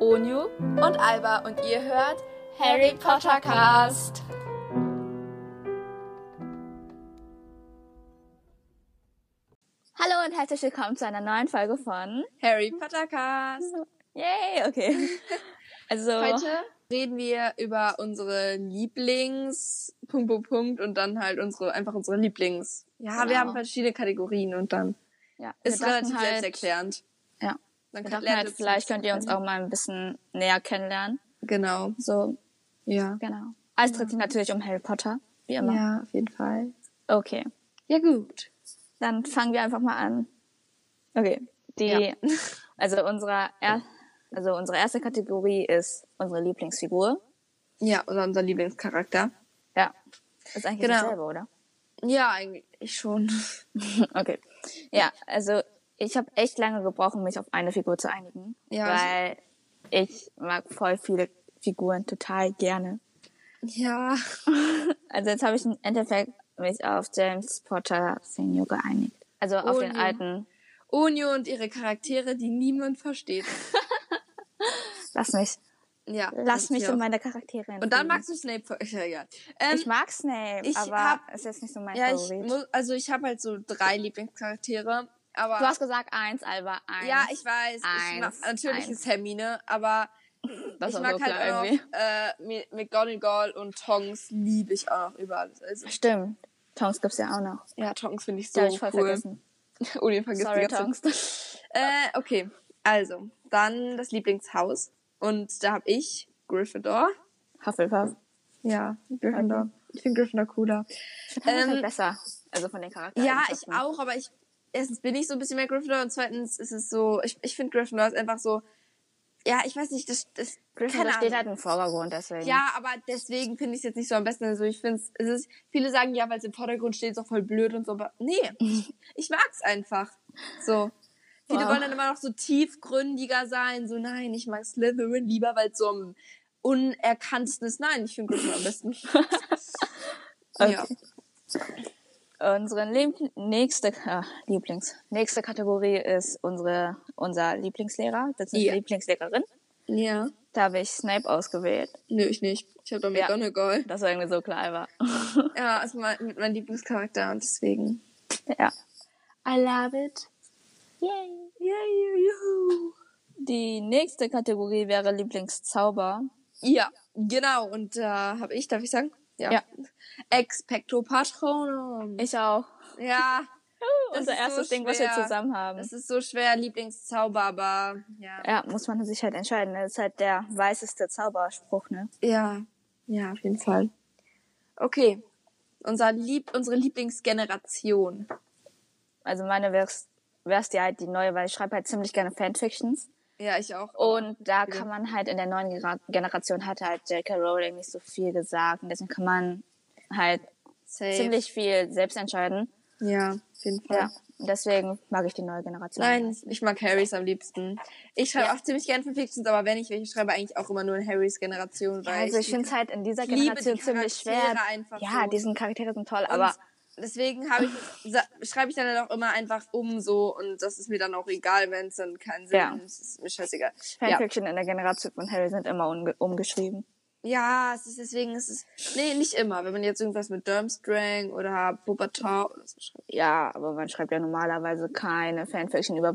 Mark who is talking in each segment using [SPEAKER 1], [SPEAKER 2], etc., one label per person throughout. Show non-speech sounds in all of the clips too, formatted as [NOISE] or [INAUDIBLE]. [SPEAKER 1] Onyu und Alba und ihr hört Harry Potter Cast.
[SPEAKER 2] Hallo und herzlich willkommen zu einer neuen Folge von
[SPEAKER 1] Harry Potter Cast.
[SPEAKER 2] Yay,
[SPEAKER 1] [LAUGHS]
[SPEAKER 2] okay. Also
[SPEAKER 1] Heute reden wir über unsere Lieblings Punkt Punkt Punkt und dann halt unsere einfach unsere Lieblings. Ja, wir
[SPEAKER 2] Genau.
[SPEAKER 1] haben verschiedene Kategorien und dann
[SPEAKER 2] ja,
[SPEAKER 1] ist
[SPEAKER 2] wir dachten halt,
[SPEAKER 1] relativ selbsterklärend.
[SPEAKER 2] Ja.
[SPEAKER 1] Dann
[SPEAKER 2] Wir
[SPEAKER 1] kann-
[SPEAKER 2] dachten
[SPEAKER 1] lernt
[SPEAKER 2] halt,
[SPEAKER 1] es
[SPEAKER 2] vielleicht
[SPEAKER 1] zu
[SPEAKER 2] könnt ihr uns
[SPEAKER 1] kennen.
[SPEAKER 2] auch mal ein bisschen näher kennenlernen.
[SPEAKER 1] Genau.
[SPEAKER 2] So,
[SPEAKER 1] Ja.
[SPEAKER 2] genau. Alles dreht sich natürlich um Harry Potter, wie immer.
[SPEAKER 1] Ja, auf jeden Fall.
[SPEAKER 2] Okay,
[SPEAKER 1] Ja, gut.
[SPEAKER 2] dann fangen wir einfach mal an. Okay, die,
[SPEAKER 1] Ja.
[SPEAKER 2] [LAUGHS] also unsere, er, also unsere erste Kategorie ist unsere Lieblingsfigur.
[SPEAKER 1] Ja, oder unser Lieblingscharakter.
[SPEAKER 2] Ja, ist eigentlich
[SPEAKER 1] Genau.
[SPEAKER 2] dasselbe, oder?
[SPEAKER 1] Ja, eigentlich schon.
[SPEAKER 2] Okay. Ja, also ich habe echt lange gebraucht, um mich auf eine Figur zu einigen.
[SPEAKER 1] Ja, also
[SPEAKER 2] Weil ich mag voll viele Figuren total gerne.
[SPEAKER 1] Ja.
[SPEAKER 2] Also jetzt habe ich im Endeffekt mich auf James Potter Senior geeinigt. Also auf
[SPEAKER 1] Oh,
[SPEAKER 2] den
[SPEAKER 1] nee.
[SPEAKER 2] alten.
[SPEAKER 1] Onyo und ihre Charaktere, die niemand versteht.
[SPEAKER 2] Lass mich.
[SPEAKER 1] Ja.
[SPEAKER 2] Lass mich
[SPEAKER 1] ja.
[SPEAKER 2] um meine Charaktere
[SPEAKER 1] Und dann magst du Snape. ver- Ist [LAUGHS] ja egal. Ähm,
[SPEAKER 2] Ich mag Snape,
[SPEAKER 1] ich
[SPEAKER 2] aber
[SPEAKER 1] hab-
[SPEAKER 2] ist jetzt nicht so mein
[SPEAKER 1] ja, ich
[SPEAKER 2] Favorit.
[SPEAKER 1] muss, also ich habe halt so drei Lieblingscharaktere, aber
[SPEAKER 2] du hast gesagt eins, Alba, eins.
[SPEAKER 1] ja, ich weiß, ich
[SPEAKER 2] eins,
[SPEAKER 1] ma- natürlich
[SPEAKER 2] eins.
[SPEAKER 1] ist Hermine, aber
[SPEAKER 2] das
[SPEAKER 1] ich
[SPEAKER 2] war
[SPEAKER 1] mag
[SPEAKER 2] so
[SPEAKER 1] halt
[SPEAKER 2] klar
[SPEAKER 1] auch
[SPEAKER 2] irgendwie.
[SPEAKER 1] noch äh, Mi- McGonagall und Tongs liebe ich auch noch über alles. Also,
[SPEAKER 2] Stimmt. Tongs gibt's ja auch noch.
[SPEAKER 1] ja, Tongs finde ich
[SPEAKER 2] Die
[SPEAKER 1] so
[SPEAKER 2] hab ich voll
[SPEAKER 1] cool. [LAUGHS]
[SPEAKER 2] vergessen.
[SPEAKER 1] Oh, den vergisst
[SPEAKER 2] Sorry,
[SPEAKER 1] die ganze
[SPEAKER 2] Tongs. [LAUGHS]
[SPEAKER 1] Äh, okay. Also, dann das Lieblingshaus. Und da habe ich Gryffindor.
[SPEAKER 2] Hufflepuff.
[SPEAKER 1] Ja, Gryffindor. Ich finde Gryffindor cooler.
[SPEAKER 2] Ähm,
[SPEAKER 1] Ähm,
[SPEAKER 2] besser. Also von den Charakteren.
[SPEAKER 1] Ja, ich auch, aber ich erstens bin ich so ein bisschen mehr Gryffindor und zweitens ist es so, ich, ich finde Gryffindor ist einfach so, ja, ich weiß nicht, das, das
[SPEAKER 2] Gryffindor
[SPEAKER 1] keine
[SPEAKER 2] steht halt
[SPEAKER 1] Ahnung.
[SPEAKER 2] im Vordergrund, deswegen.
[SPEAKER 1] Ja, aber deswegen finde ich es jetzt nicht so am besten. Also ich finde es, ist, viele sagen ja, weil es im Vordergrund steht, ist auch voll blöd und so, aber
[SPEAKER 2] [LAUGHS]
[SPEAKER 1] nee, ich, ich mag's einfach. So. Viele
[SPEAKER 2] Wow.
[SPEAKER 1] wollen dann immer noch so tiefgründiger sein, so nein, ich mag Slytherin lieber, weil es so am unerkanntesten ist. Nein, ich finde Gryffindor am
[SPEAKER 2] [LAUGHS]
[SPEAKER 1] besten. Ja.
[SPEAKER 2] Unsere Lieb nächste, ah, Lieblings, nächste Kategorie ist unsere, unser Lieblingslehrer, beziehungsweise
[SPEAKER 1] Ja.
[SPEAKER 2] Lieblingslehrerin.
[SPEAKER 1] Ja.
[SPEAKER 2] Da habe ich Snape ausgewählt,
[SPEAKER 1] Nö, ich nicht. Ich habe doch
[SPEAKER 2] Ja.
[SPEAKER 1] McGonagall.
[SPEAKER 2] das war irgendwie so klar war. [LAUGHS]
[SPEAKER 1] Ja, ist mein, mit mein Lieblingscharakter und deswegen.
[SPEAKER 2] ja. I love it. Yay.
[SPEAKER 1] Yay, juhu.
[SPEAKER 2] Die nächste Kategorie wäre Lieblingszauber.
[SPEAKER 1] Ja, genau. Und da hab habe ich, darf ich sagen?
[SPEAKER 2] Ja.
[SPEAKER 1] Expecto Patronum.
[SPEAKER 2] Ich auch.
[SPEAKER 1] Ja,
[SPEAKER 2] [LAUGHS]
[SPEAKER 1] Oh, Das
[SPEAKER 2] Unser
[SPEAKER 1] ist
[SPEAKER 2] erstes
[SPEAKER 1] so
[SPEAKER 2] Ding, was wir
[SPEAKER 1] schwer.
[SPEAKER 2] zusammen haben.
[SPEAKER 1] es ist so schwer, Lieblingszauber, aber ja.
[SPEAKER 2] ja, muss man sich halt entscheiden. ne? Das ist halt der weißeste Zauberspruch, ne?
[SPEAKER 1] Ja, ja, auf jeden Fall. Okay. Unser Lieb unsere Lieblingsgeneration.
[SPEAKER 2] Also meine wär's, wär's die halt die neue, weil ich schreibe halt ziemlich gerne Fanfictions.
[SPEAKER 1] Ja, ich auch.
[SPEAKER 2] Und da kann man halt in der neuen Gera- Generation hat halt J.K. Rowling nicht so viel gesagt. Und deswegen kann man halt
[SPEAKER 1] Safe.
[SPEAKER 2] ziemlich viel selbst entscheiden.
[SPEAKER 1] Ja, auf jeden Fall.
[SPEAKER 2] Ja. Und deswegen mag ich die neue Generation.
[SPEAKER 1] Nein, ich mag Harrys am liebsten. Ich schreibe
[SPEAKER 2] Ja.
[SPEAKER 1] auch ziemlich gerne Fanfictions, aber wenn ich welche schreibe, eigentlich auch immer nur in Harrys Generation,
[SPEAKER 2] Ja,
[SPEAKER 1] weil
[SPEAKER 2] also
[SPEAKER 1] ich
[SPEAKER 2] ich finde es halt in dieser
[SPEAKER 1] ich liebe
[SPEAKER 2] Generation
[SPEAKER 1] die
[SPEAKER 2] ziemlich schwer.
[SPEAKER 1] Charaktere einfach
[SPEAKER 2] Ja,
[SPEAKER 1] so.
[SPEAKER 2] diesen Charaktere sind toll, aber
[SPEAKER 1] Und deswegen habe ich sa- schreibe ich dann halt auch immer einfach um so und das ist mir dann auch egal, wenn es dann keinen Sinn
[SPEAKER 2] Ja.
[SPEAKER 1] macht. Es ist mir scheißegal. Ja.
[SPEAKER 2] Fanfiction in der Generation von Harry sind immer unge- umgeschrieben.
[SPEAKER 1] ja, es ist deswegen es ist nee, nicht immer, wenn man jetzt irgendwas mit Durmstrang oder Pubertau oder so schreibt.
[SPEAKER 2] Ja, aber man schreibt ja normalerweise keine Fanfiction über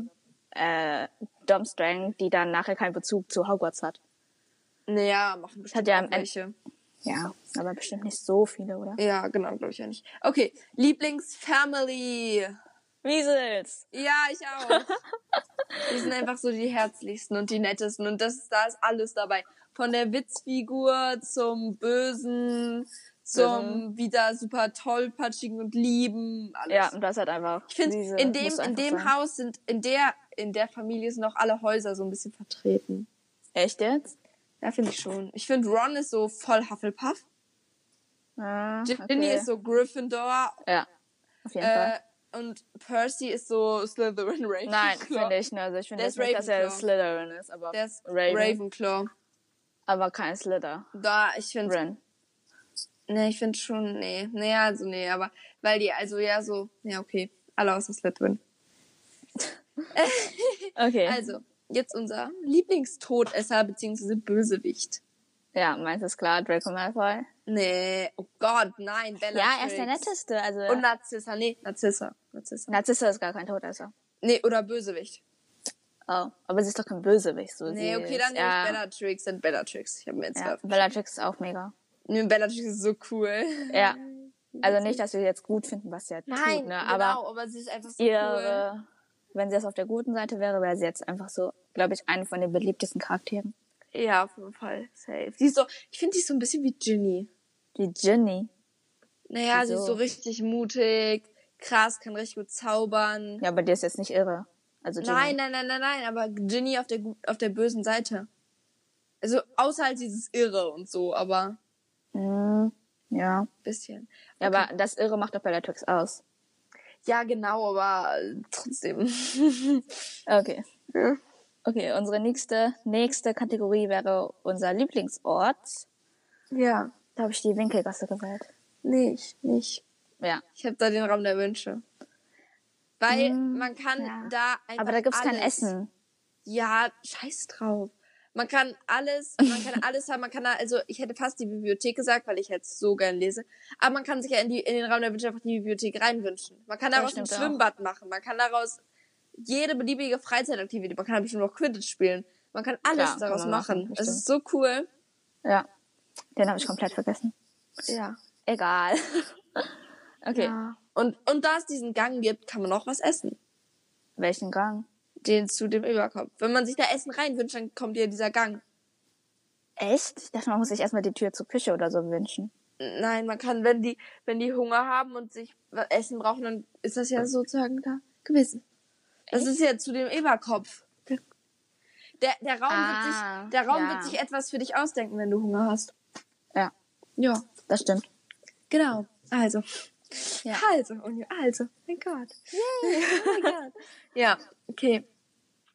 [SPEAKER 2] äh, Domstrang, die dann nachher keinen Bezug zu Hogwarts hat.
[SPEAKER 1] Naja, machen bestimmt
[SPEAKER 2] ja
[SPEAKER 1] ja
[SPEAKER 2] am
[SPEAKER 1] auch
[SPEAKER 2] Ende-
[SPEAKER 1] welche.
[SPEAKER 2] Ja, aber bestimmt nicht so viele, oder?
[SPEAKER 1] Ja, genau, glaube ich ja nicht. Okay, Lieblingsfamily.
[SPEAKER 2] Weasels!
[SPEAKER 1] Ja, ich auch. die sind einfach so die herzlichsten und die nettesten und das da ist alles dabei. Von der Witzfigur zum Bösen, zum wieder super tollpatschigen und lieben, alles.
[SPEAKER 2] Ja, und das hat einfach.
[SPEAKER 1] Ich finde,
[SPEAKER 2] Weasel
[SPEAKER 1] in dem,
[SPEAKER 2] muss
[SPEAKER 1] in
[SPEAKER 2] einfach
[SPEAKER 1] dem
[SPEAKER 2] sein.
[SPEAKER 1] Haus sind, in der, in der Familie sind auch alle Häuser so ein bisschen vertreten.
[SPEAKER 2] Echt jetzt?
[SPEAKER 1] Ja, finde ich schon. Ich finde, Ron ist so voll Hufflepuff.
[SPEAKER 2] Ah,
[SPEAKER 1] Ginny
[SPEAKER 2] okay.
[SPEAKER 1] ist so Gryffindor.
[SPEAKER 2] Ja, auf jeden
[SPEAKER 1] Äh, [LAUGHS]
[SPEAKER 2] Fall.
[SPEAKER 1] und Percy ist so Slytherin Ravenclaw.
[SPEAKER 2] Nein, finde ich nicht. Also ich finde
[SPEAKER 1] Der
[SPEAKER 2] jetzt
[SPEAKER 1] ist
[SPEAKER 2] nicht, dass er
[SPEAKER 1] Ravenclaw.
[SPEAKER 2] Slytherin ist, aber,
[SPEAKER 1] Der ist
[SPEAKER 2] Raven.
[SPEAKER 1] Ravenclaw.
[SPEAKER 2] aber kein Slither.
[SPEAKER 1] Da, ich finde,
[SPEAKER 2] Ren.
[SPEAKER 1] Nee, ich finde schon, nee. Nee, also nee, aber weil die, also ja, so, ja, okay. Alle außer Slytherin.
[SPEAKER 2] Okay.
[SPEAKER 1] Also, jetzt unser Lieblingstodesser beziehungsweise Bösewicht.
[SPEAKER 2] Ja, meins ist klar, Draco Malfoy.
[SPEAKER 1] Nee, oh Gott, nein, Bellatrix.
[SPEAKER 2] Ja, er ist der Netteste, also
[SPEAKER 1] Und Narzissa, nee, Narzissa. Narzissa.
[SPEAKER 2] Narzissa ist gar kein Todesser.
[SPEAKER 1] Nee, oder Bösewicht.
[SPEAKER 2] Oh, aber sie ist doch kein Bösewicht. So.
[SPEAKER 1] Nee,
[SPEAKER 2] sie
[SPEAKER 1] okay,
[SPEAKER 2] ist,
[SPEAKER 1] dann nehme
[SPEAKER 2] ja,
[SPEAKER 1] ich Bellatrix und Bellatrix. Ich habe mir jetzt
[SPEAKER 2] Ja,
[SPEAKER 1] ja.
[SPEAKER 2] Bellatrix ist auch mega.
[SPEAKER 1] Nee, Bellatrix ist so cool.
[SPEAKER 2] Ja, also nicht, dass wir sie jetzt gut finden, was sie ja tut, ne? aber
[SPEAKER 1] genau, aber sie ist einfach so cool.
[SPEAKER 2] ihre, wenn sie jetzt auf der guten Seite wäre, wäre sie jetzt einfach so, glaube ich, eine von den beliebtesten Charakteren.
[SPEAKER 1] Ja, auf jeden Fall. Safe. Die ist so, ich finde, die ist so ein bisschen wie Ginny.
[SPEAKER 2] Die Ginny.
[SPEAKER 1] Naja, sie ist
[SPEAKER 2] Wieso?
[SPEAKER 1] so richtig mutig, krass, kann richtig gut zaubern.
[SPEAKER 2] Ja, aber die ist jetzt nicht irre. Also Ginny.
[SPEAKER 1] Nein, nein, nein, nein, nein, aber Ginny auf der, gu- auf der bösen Seite. Also, außer halt dieses Irre und so, aber
[SPEAKER 2] Hm, ja.
[SPEAKER 1] bisschen.
[SPEAKER 2] ja, aber das Irre macht doch Bellatrix aus.
[SPEAKER 1] Ja, genau, aber trotzdem.
[SPEAKER 2] [LAUGHS] Okay. Okay, unsere nächste, nächste Kategorie wäre unser Lieblingsort.
[SPEAKER 1] ja,
[SPEAKER 2] Da habe ich die Winkelgasse gewählt.
[SPEAKER 1] nicht, nicht.
[SPEAKER 2] Ja.
[SPEAKER 1] Ich habe da den Raum der Wünsche. Weil
[SPEAKER 2] Mm,
[SPEAKER 1] man kann
[SPEAKER 2] ja.
[SPEAKER 1] da einfach
[SPEAKER 2] Aber da gibt's kein
[SPEAKER 1] alles-
[SPEAKER 2] Essen.
[SPEAKER 1] Ja, scheiß drauf. Man kann alles, man
[SPEAKER 2] [LAUGHS]
[SPEAKER 1] kann alles haben, man kann da, also ich hätte fast die Bibliothek gesagt, weil ich jetzt so gern lese, aber man kann sich ja in, die, in den Raum der Wünsche einfach die Bibliothek reinwünschen. Man kann
[SPEAKER 2] Ja,
[SPEAKER 1] daraus ein
[SPEAKER 2] stimmt auch.
[SPEAKER 1] Schwimmbad machen, man kann daraus jede beliebige Freizeitaktivität, man kann da bestimmt auch Quidditch spielen, man kann alles
[SPEAKER 2] Klar, kann
[SPEAKER 1] daraus
[SPEAKER 2] man
[SPEAKER 1] machen.
[SPEAKER 2] machen,
[SPEAKER 1] Das
[SPEAKER 2] stimmt.
[SPEAKER 1] ist so cool.
[SPEAKER 2] Ja. Den habe ich komplett vergessen.
[SPEAKER 1] Ja.
[SPEAKER 2] [LAUGHS] Egal. okay.
[SPEAKER 1] ja. Und, und da es diesen Gang gibt, kann man auch was essen.
[SPEAKER 2] Welchen Gang?
[SPEAKER 1] Den zu dem Überkopf. Wenn man sich da Essen reinwünscht, dann kommt ja dieser Gang.
[SPEAKER 2] Echt? Ich dachte, man muss sich erstmal die Tür zur Küche oder so wünschen.
[SPEAKER 1] Nein, man kann, wenn die, wenn die Hunger haben und sich wa- Essen brauchen, dann ist das ja sozusagen da gewesen. Das ist ja zu dem Eberkopf. Der, der Raum,
[SPEAKER 2] Ah,
[SPEAKER 1] wird, sich, der Raum
[SPEAKER 2] ja.
[SPEAKER 1] wird sich etwas für dich ausdenken, wenn du Hunger hast.
[SPEAKER 2] Ja,
[SPEAKER 1] Ja,
[SPEAKER 2] das stimmt.
[SPEAKER 1] genau. Also.
[SPEAKER 2] Ja.
[SPEAKER 1] Also, Unio, also. Mein Gott. [LAUGHS] Ja, okay.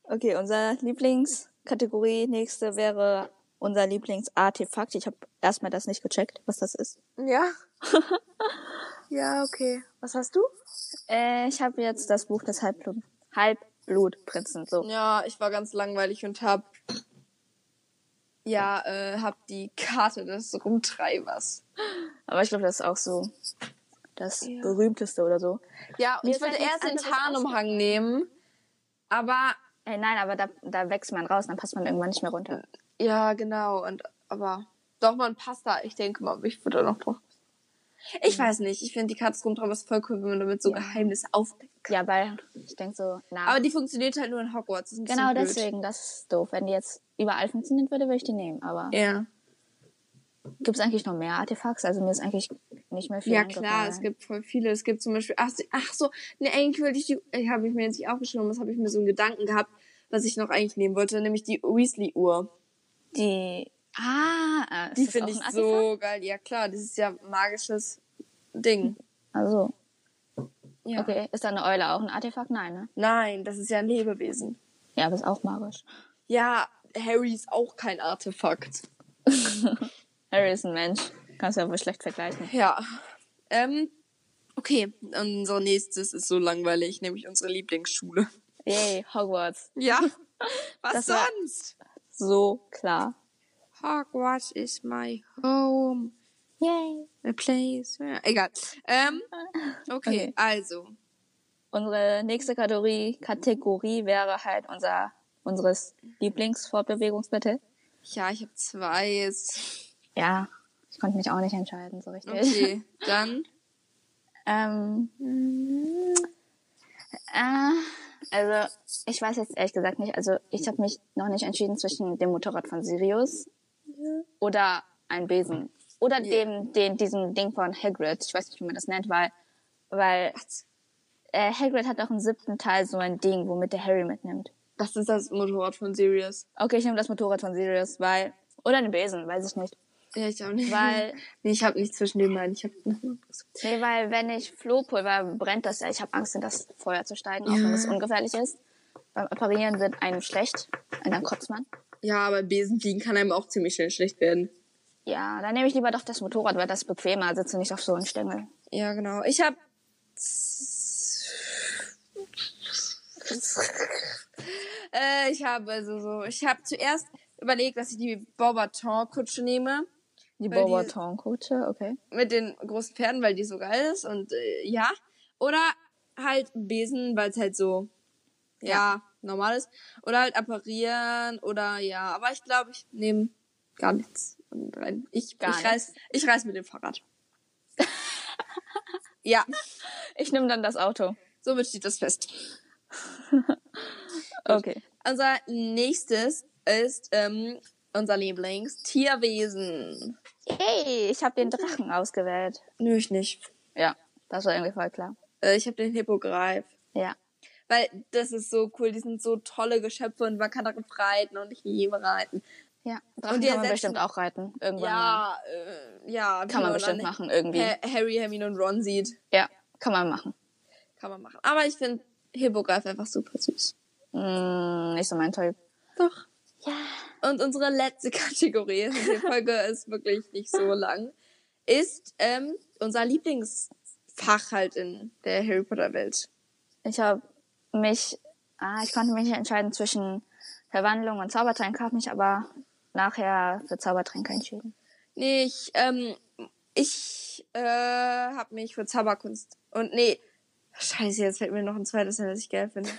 [SPEAKER 2] Okay, unser Lieblingskategorie nächste wäre unser Lieblingsartefakt. Ich habe erstmal das nicht gecheckt, was das ist.
[SPEAKER 1] Ja. [LAUGHS] ja, okay. Was hast du?
[SPEAKER 2] Äh, ich habe jetzt das Buch des Halbblut Halbblutprinzen. So.
[SPEAKER 1] Ja, ich war ganz langweilig und hab. Ja, äh, hab die Karte des Rumtreibers.
[SPEAKER 2] Aber ich glaube, das ist auch so das
[SPEAKER 1] Ja.
[SPEAKER 2] berühmteste oder so.
[SPEAKER 1] Ja, und
[SPEAKER 2] Mir
[SPEAKER 1] ich wollte
[SPEAKER 2] fällt
[SPEAKER 1] erst
[SPEAKER 2] nichts
[SPEAKER 1] den
[SPEAKER 2] anderes ein.
[SPEAKER 1] Tarnumhang nehmen, aber
[SPEAKER 2] Ey, Äh, nein, aber da, da wächst man raus, dann passt man irgendwann nicht mehr runter.
[SPEAKER 1] ja, genau, und aber doch man passt da, ich denke mal, ich würde da noch drauf.
[SPEAKER 2] Mhm.
[SPEAKER 1] Ich weiß nicht, ich finde die Katze Rumtreiber ist voll cool, wenn man damit so Geheimnisse aufdeckt.
[SPEAKER 2] Ja, weil ich denke so, na.
[SPEAKER 1] Aber die funktioniert halt nur in Hogwarts. Das ist ein
[SPEAKER 2] genau
[SPEAKER 1] bisschen blöd.
[SPEAKER 2] deswegen, das ist doof. Wenn die jetzt überall funktionieren würde, würde ich die nehmen. Aber
[SPEAKER 1] Ja.
[SPEAKER 2] gibt's eigentlich noch mehr Artefakts? Also mir ist eigentlich nicht mehr viel
[SPEAKER 1] Ja klar,
[SPEAKER 2] eingefallen.
[SPEAKER 1] es gibt voll viele. Es gibt zum Beispiel, ach, so- ach so, ne, eigentlich wollte ich die, ich habe ich mir jetzt nicht aufgeschrieben, das habe ich mir so einen Gedanken gehabt, was ich noch eigentlich nehmen wollte, nämlich die Weasley-Uhr.
[SPEAKER 2] Die. Ah, ist
[SPEAKER 1] Die
[SPEAKER 2] das
[SPEAKER 1] finde
[SPEAKER 2] auch
[SPEAKER 1] ich
[SPEAKER 2] ein Artefakt?
[SPEAKER 1] so geil. Ja klar, das ist ja magisches Ding.
[SPEAKER 2] Also,
[SPEAKER 1] Ja.
[SPEAKER 2] okay. Ist da eine Eule auch ein Artefakt? Nein, ne?
[SPEAKER 1] Nein, das ist ja ein Lebewesen.
[SPEAKER 2] Ja, aber ist auch magisch.
[SPEAKER 1] Ja, Harry ist auch kein Artefakt.
[SPEAKER 2] Harry ist ein Mensch. Kannst du ja wohl schlecht vergleichen.
[SPEAKER 1] Ja. Ähm, okay, unser nächstes ist so langweilig, nämlich unsere Lieblingsschule. [LAUGHS]
[SPEAKER 2] Yay, Hogwarts.
[SPEAKER 1] Ja. Was
[SPEAKER 2] Das war-
[SPEAKER 1] sonst?
[SPEAKER 2] So klar.
[SPEAKER 1] Hogwarts is my home.
[SPEAKER 2] Yay.
[SPEAKER 1] A Äh, place. where- Egal. [LAUGHS] Ähm, okay,
[SPEAKER 2] Okay.
[SPEAKER 1] also.
[SPEAKER 2] Unsere nächste Kategorie, Kategorie wäre halt unser, unseres Lieblingsfortbewegungsmittel.
[SPEAKER 1] Ja, ich habe zwei. [LAUGHS] Ist-
[SPEAKER 2] Ja, ich konnte mich auch nicht entscheiden, so richtig.
[SPEAKER 1] Okay, dann.
[SPEAKER 2] [LAUGHS] Ähm, äh, also, ich weiß jetzt ehrlich gesagt nicht. Also, ich habe mich noch nicht entschieden zwischen dem Motorrad von Sirius oder einem Besen. Oder
[SPEAKER 1] Ja.
[SPEAKER 2] dem, dem, diesem Ding von Hagrid. Ich weiß nicht, wie man das nennt, weil, weil äh, Hagrid hat auch im siebten Teil so ein Ding, womit der Harry mitnimmt.
[SPEAKER 1] Das ist das Motorrad von Sirius.
[SPEAKER 2] Okay, ich nehme das Motorrad von Sirius, weil... Oder den Besen, weiß ich nicht.
[SPEAKER 1] Ja, ich auch nicht. [LAUGHS]
[SPEAKER 2] Weil-
[SPEAKER 1] nee, ich habe nicht zwischen den beiden. Ich habe noch mal was.
[SPEAKER 2] Nee, weil wenn ich Flohpulver brennt das ja. Ich habe Angst, in das Feuer zu steigen, auch wenn es ungefährlich ist. Beim Apparieren wird einem schlecht. Und dann kotzt man.
[SPEAKER 1] Ja, aber Besenfliegen kann einem auch ziemlich schnell schlecht werden.
[SPEAKER 2] Ja, dann nehme ich lieber doch das Motorrad, weil das ist bequemer. Sitze nicht auf so einem Stängel.
[SPEAKER 1] Ja, genau. Ich habe Äh, ich habe also so, ich habe zuerst überlegt, dass ich die Bobaton-Kutsche nehme.
[SPEAKER 2] Die
[SPEAKER 1] Weil die-
[SPEAKER 2] Bobaton-Kutsche, okay.
[SPEAKER 1] mit den großen Pferden, weil die so geil ist und äh, ja. Oder halt einen Besen, weil es halt so, ja, normal ist. Oder halt apparieren oder ja. Aber ich glaube, ich nehme gar nichts und rein. Ich,
[SPEAKER 2] Gar
[SPEAKER 1] ich, reiß, ich reiß mit dem Fahrrad. ja,
[SPEAKER 2] Ich nehme dann das Auto.
[SPEAKER 1] somit steht das fest.
[SPEAKER 2] Okay.
[SPEAKER 1] Unser nächstes ist ähm, unser Lieblingstierwesen.
[SPEAKER 2] Hey, ich habe den Drachen ausgewählt.
[SPEAKER 1] Nö, ich nicht.
[SPEAKER 2] Ja, das war irgendwie voll klar.
[SPEAKER 1] Äh, ich habe den Hippogreif.
[SPEAKER 2] Ja.
[SPEAKER 1] Weil das ist so cool, die sind so tolle Geschöpfe und man kann darauf reiten und ich liebe reiten.
[SPEAKER 2] Ja, Drachen
[SPEAKER 1] Und die
[SPEAKER 2] kann man
[SPEAKER 1] ersetzen-
[SPEAKER 2] bestimmt auch reiten. Irgendwann mal.
[SPEAKER 1] Ja, äh, ja.
[SPEAKER 2] kann man
[SPEAKER 1] wie
[SPEAKER 2] bestimmt
[SPEAKER 1] dann
[SPEAKER 2] machen, irgendwie.
[SPEAKER 1] Ha- Harry, Hermine und Ron sieht,
[SPEAKER 2] Ja, kann man machen.
[SPEAKER 1] kann man machen. Aber ich finde Hippogreif einfach super süß.
[SPEAKER 2] Mm, nicht so mein Typ.
[SPEAKER 1] Doch. Ja. Und unsere letzte [LAUGHS] Kategorie, die Folge ist wirklich nicht so lang, ist ähm, unser Lieblingsfach halt in der Harry Potter Welt.
[SPEAKER 2] Ich habe mich, ah, ich konnte mich nicht entscheiden zwischen Verwandlung und Zaubertränke, habe mich aber nachher für Zaubertränke entschieden.
[SPEAKER 1] Nee, ich, ähm, ich äh, habe mich für Zauberkunst und nee, scheiße, jetzt fällt mir noch ein zweites ein, das ich geil
[SPEAKER 2] [LAUGHS]
[SPEAKER 1] finde.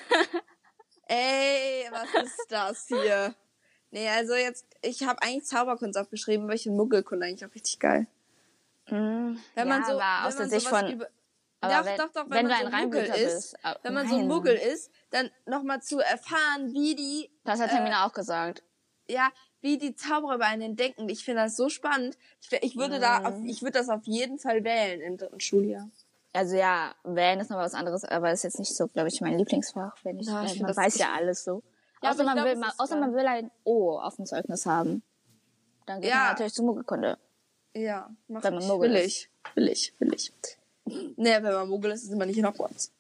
[SPEAKER 1] Ey, was ist das hier? Nee, also jetzt, ich habe eigentlich Zauberkunst aufgeschrieben, weil ich finde Muggelkunde eigentlich auch richtig geil.
[SPEAKER 2] Mm,
[SPEAKER 1] Hm, Wenn man
[SPEAKER 2] ja,
[SPEAKER 1] so,
[SPEAKER 2] aber aus
[SPEAKER 1] wenn man
[SPEAKER 2] der Sicht
[SPEAKER 1] sowas
[SPEAKER 2] von,
[SPEAKER 1] über-
[SPEAKER 2] aber
[SPEAKER 1] doch,
[SPEAKER 2] wenn,
[SPEAKER 1] doch, doch,
[SPEAKER 2] wenn,
[SPEAKER 1] wenn, man
[SPEAKER 2] du
[SPEAKER 1] so
[SPEAKER 2] ein
[SPEAKER 1] ein Muggel
[SPEAKER 2] Reinblüter
[SPEAKER 1] ist,
[SPEAKER 2] bist. ah,
[SPEAKER 1] wenn man so ein
[SPEAKER 2] nein.
[SPEAKER 1] Muggel ist, dann nochmal zu erfahren, wie die
[SPEAKER 2] Das hat
[SPEAKER 1] äh,
[SPEAKER 2] Hermine auch gesagt.
[SPEAKER 1] ja, wie die Zauberer über einen denken. Ich finde das so spannend. Ich, wär- ich würde da, auf, ich würde das auf jeden Fall wählen im dritten Schuljahr.
[SPEAKER 2] Also ja, wählen ist noch was anderes, aber ist jetzt nicht so, glaube ich, mein Lieblingsfach, wenn ich,
[SPEAKER 1] Na, ich
[SPEAKER 2] weil
[SPEAKER 1] find
[SPEAKER 2] man
[SPEAKER 1] das-
[SPEAKER 2] weiß ja alles so.
[SPEAKER 1] Ja, aber
[SPEAKER 2] außer
[SPEAKER 1] ich
[SPEAKER 2] man
[SPEAKER 1] glaub,
[SPEAKER 2] will,
[SPEAKER 1] es
[SPEAKER 2] man,
[SPEAKER 1] ist
[SPEAKER 2] außer
[SPEAKER 1] dann-
[SPEAKER 2] man will ein O auf dem Zeugnis haben. Dann geht
[SPEAKER 1] Ja.
[SPEAKER 2] man natürlich zur Muggelkunde.
[SPEAKER 1] Ja, mach
[SPEAKER 2] Wenn man
[SPEAKER 1] ich.
[SPEAKER 2] Muggel
[SPEAKER 1] will
[SPEAKER 2] ist.
[SPEAKER 1] ich, will ich, will ich. Naja, wenn man Muggel ist, ist man nicht in Hogwarts.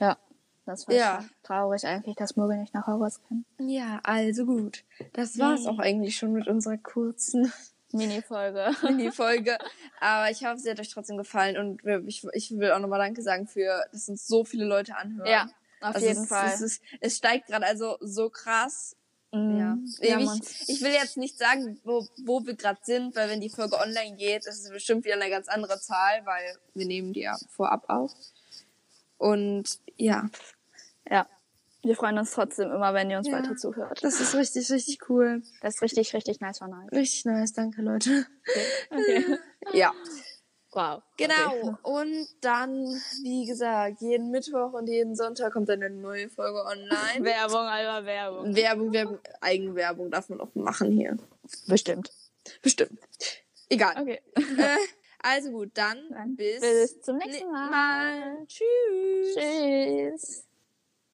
[SPEAKER 2] Ja. Das war
[SPEAKER 1] Ja.
[SPEAKER 2] schon traurig eigentlich, dass Muggel nicht nach Hogwarts kann.
[SPEAKER 1] Ja, also gut. Das war's auch eigentlich schon mit unserer [LAUGHS] kurzen
[SPEAKER 2] Mini-Folge.
[SPEAKER 1] Mini-Folge. Aber ich hoffe, sie hat euch trotzdem gefallen und wir- ich, ich will auch nochmal Danke sagen für, dass uns so viele Leute anhören.
[SPEAKER 2] Ja, auf
[SPEAKER 1] Also
[SPEAKER 2] jeden
[SPEAKER 1] es,
[SPEAKER 2] Fall.
[SPEAKER 1] Es, es, es steigt gerade also so krass.
[SPEAKER 2] Mhm.
[SPEAKER 1] Ja.
[SPEAKER 2] Ja, man-
[SPEAKER 1] ich, ich will jetzt nicht sagen, wo, wo wir gerade sind, weil wenn die Folge online geht, ist es bestimmt wieder eine ganz andere Zahl, weil wir nehmen die ja vorab auf. Und ja,
[SPEAKER 2] ja. Wir freuen uns trotzdem immer, wenn ihr uns
[SPEAKER 1] Ja.
[SPEAKER 2] weiter zuhört.
[SPEAKER 1] das ist richtig, richtig cool.
[SPEAKER 2] Das ist richtig, richtig nice von euch.
[SPEAKER 1] Richtig nice, danke Leute.
[SPEAKER 2] Okay.
[SPEAKER 1] Ja,
[SPEAKER 2] [LAUGHS] Wow.
[SPEAKER 1] genau.
[SPEAKER 2] Okay.
[SPEAKER 1] Und dann, wie gesagt, jeden Mittwoch und jeden Sonntag kommt eine neue Folge online.
[SPEAKER 2] Werbung, Alba, Werbung.
[SPEAKER 1] Werbung, Werbung, Eigenwerbung darf man auch machen hier.
[SPEAKER 2] Bestimmt.
[SPEAKER 1] Bestimmt. Egal.
[SPEAKER 2] Okay.
[SPEAKER 1] Äh, also gut, dann,
[SPEAKER 2] Dann
[SPEAKER 1] bis,
[SPEAKER 2] bis zum nächsten Mal.
[SPEAKER 1] Tschüss.
[SPEAKER 2] Tschüss.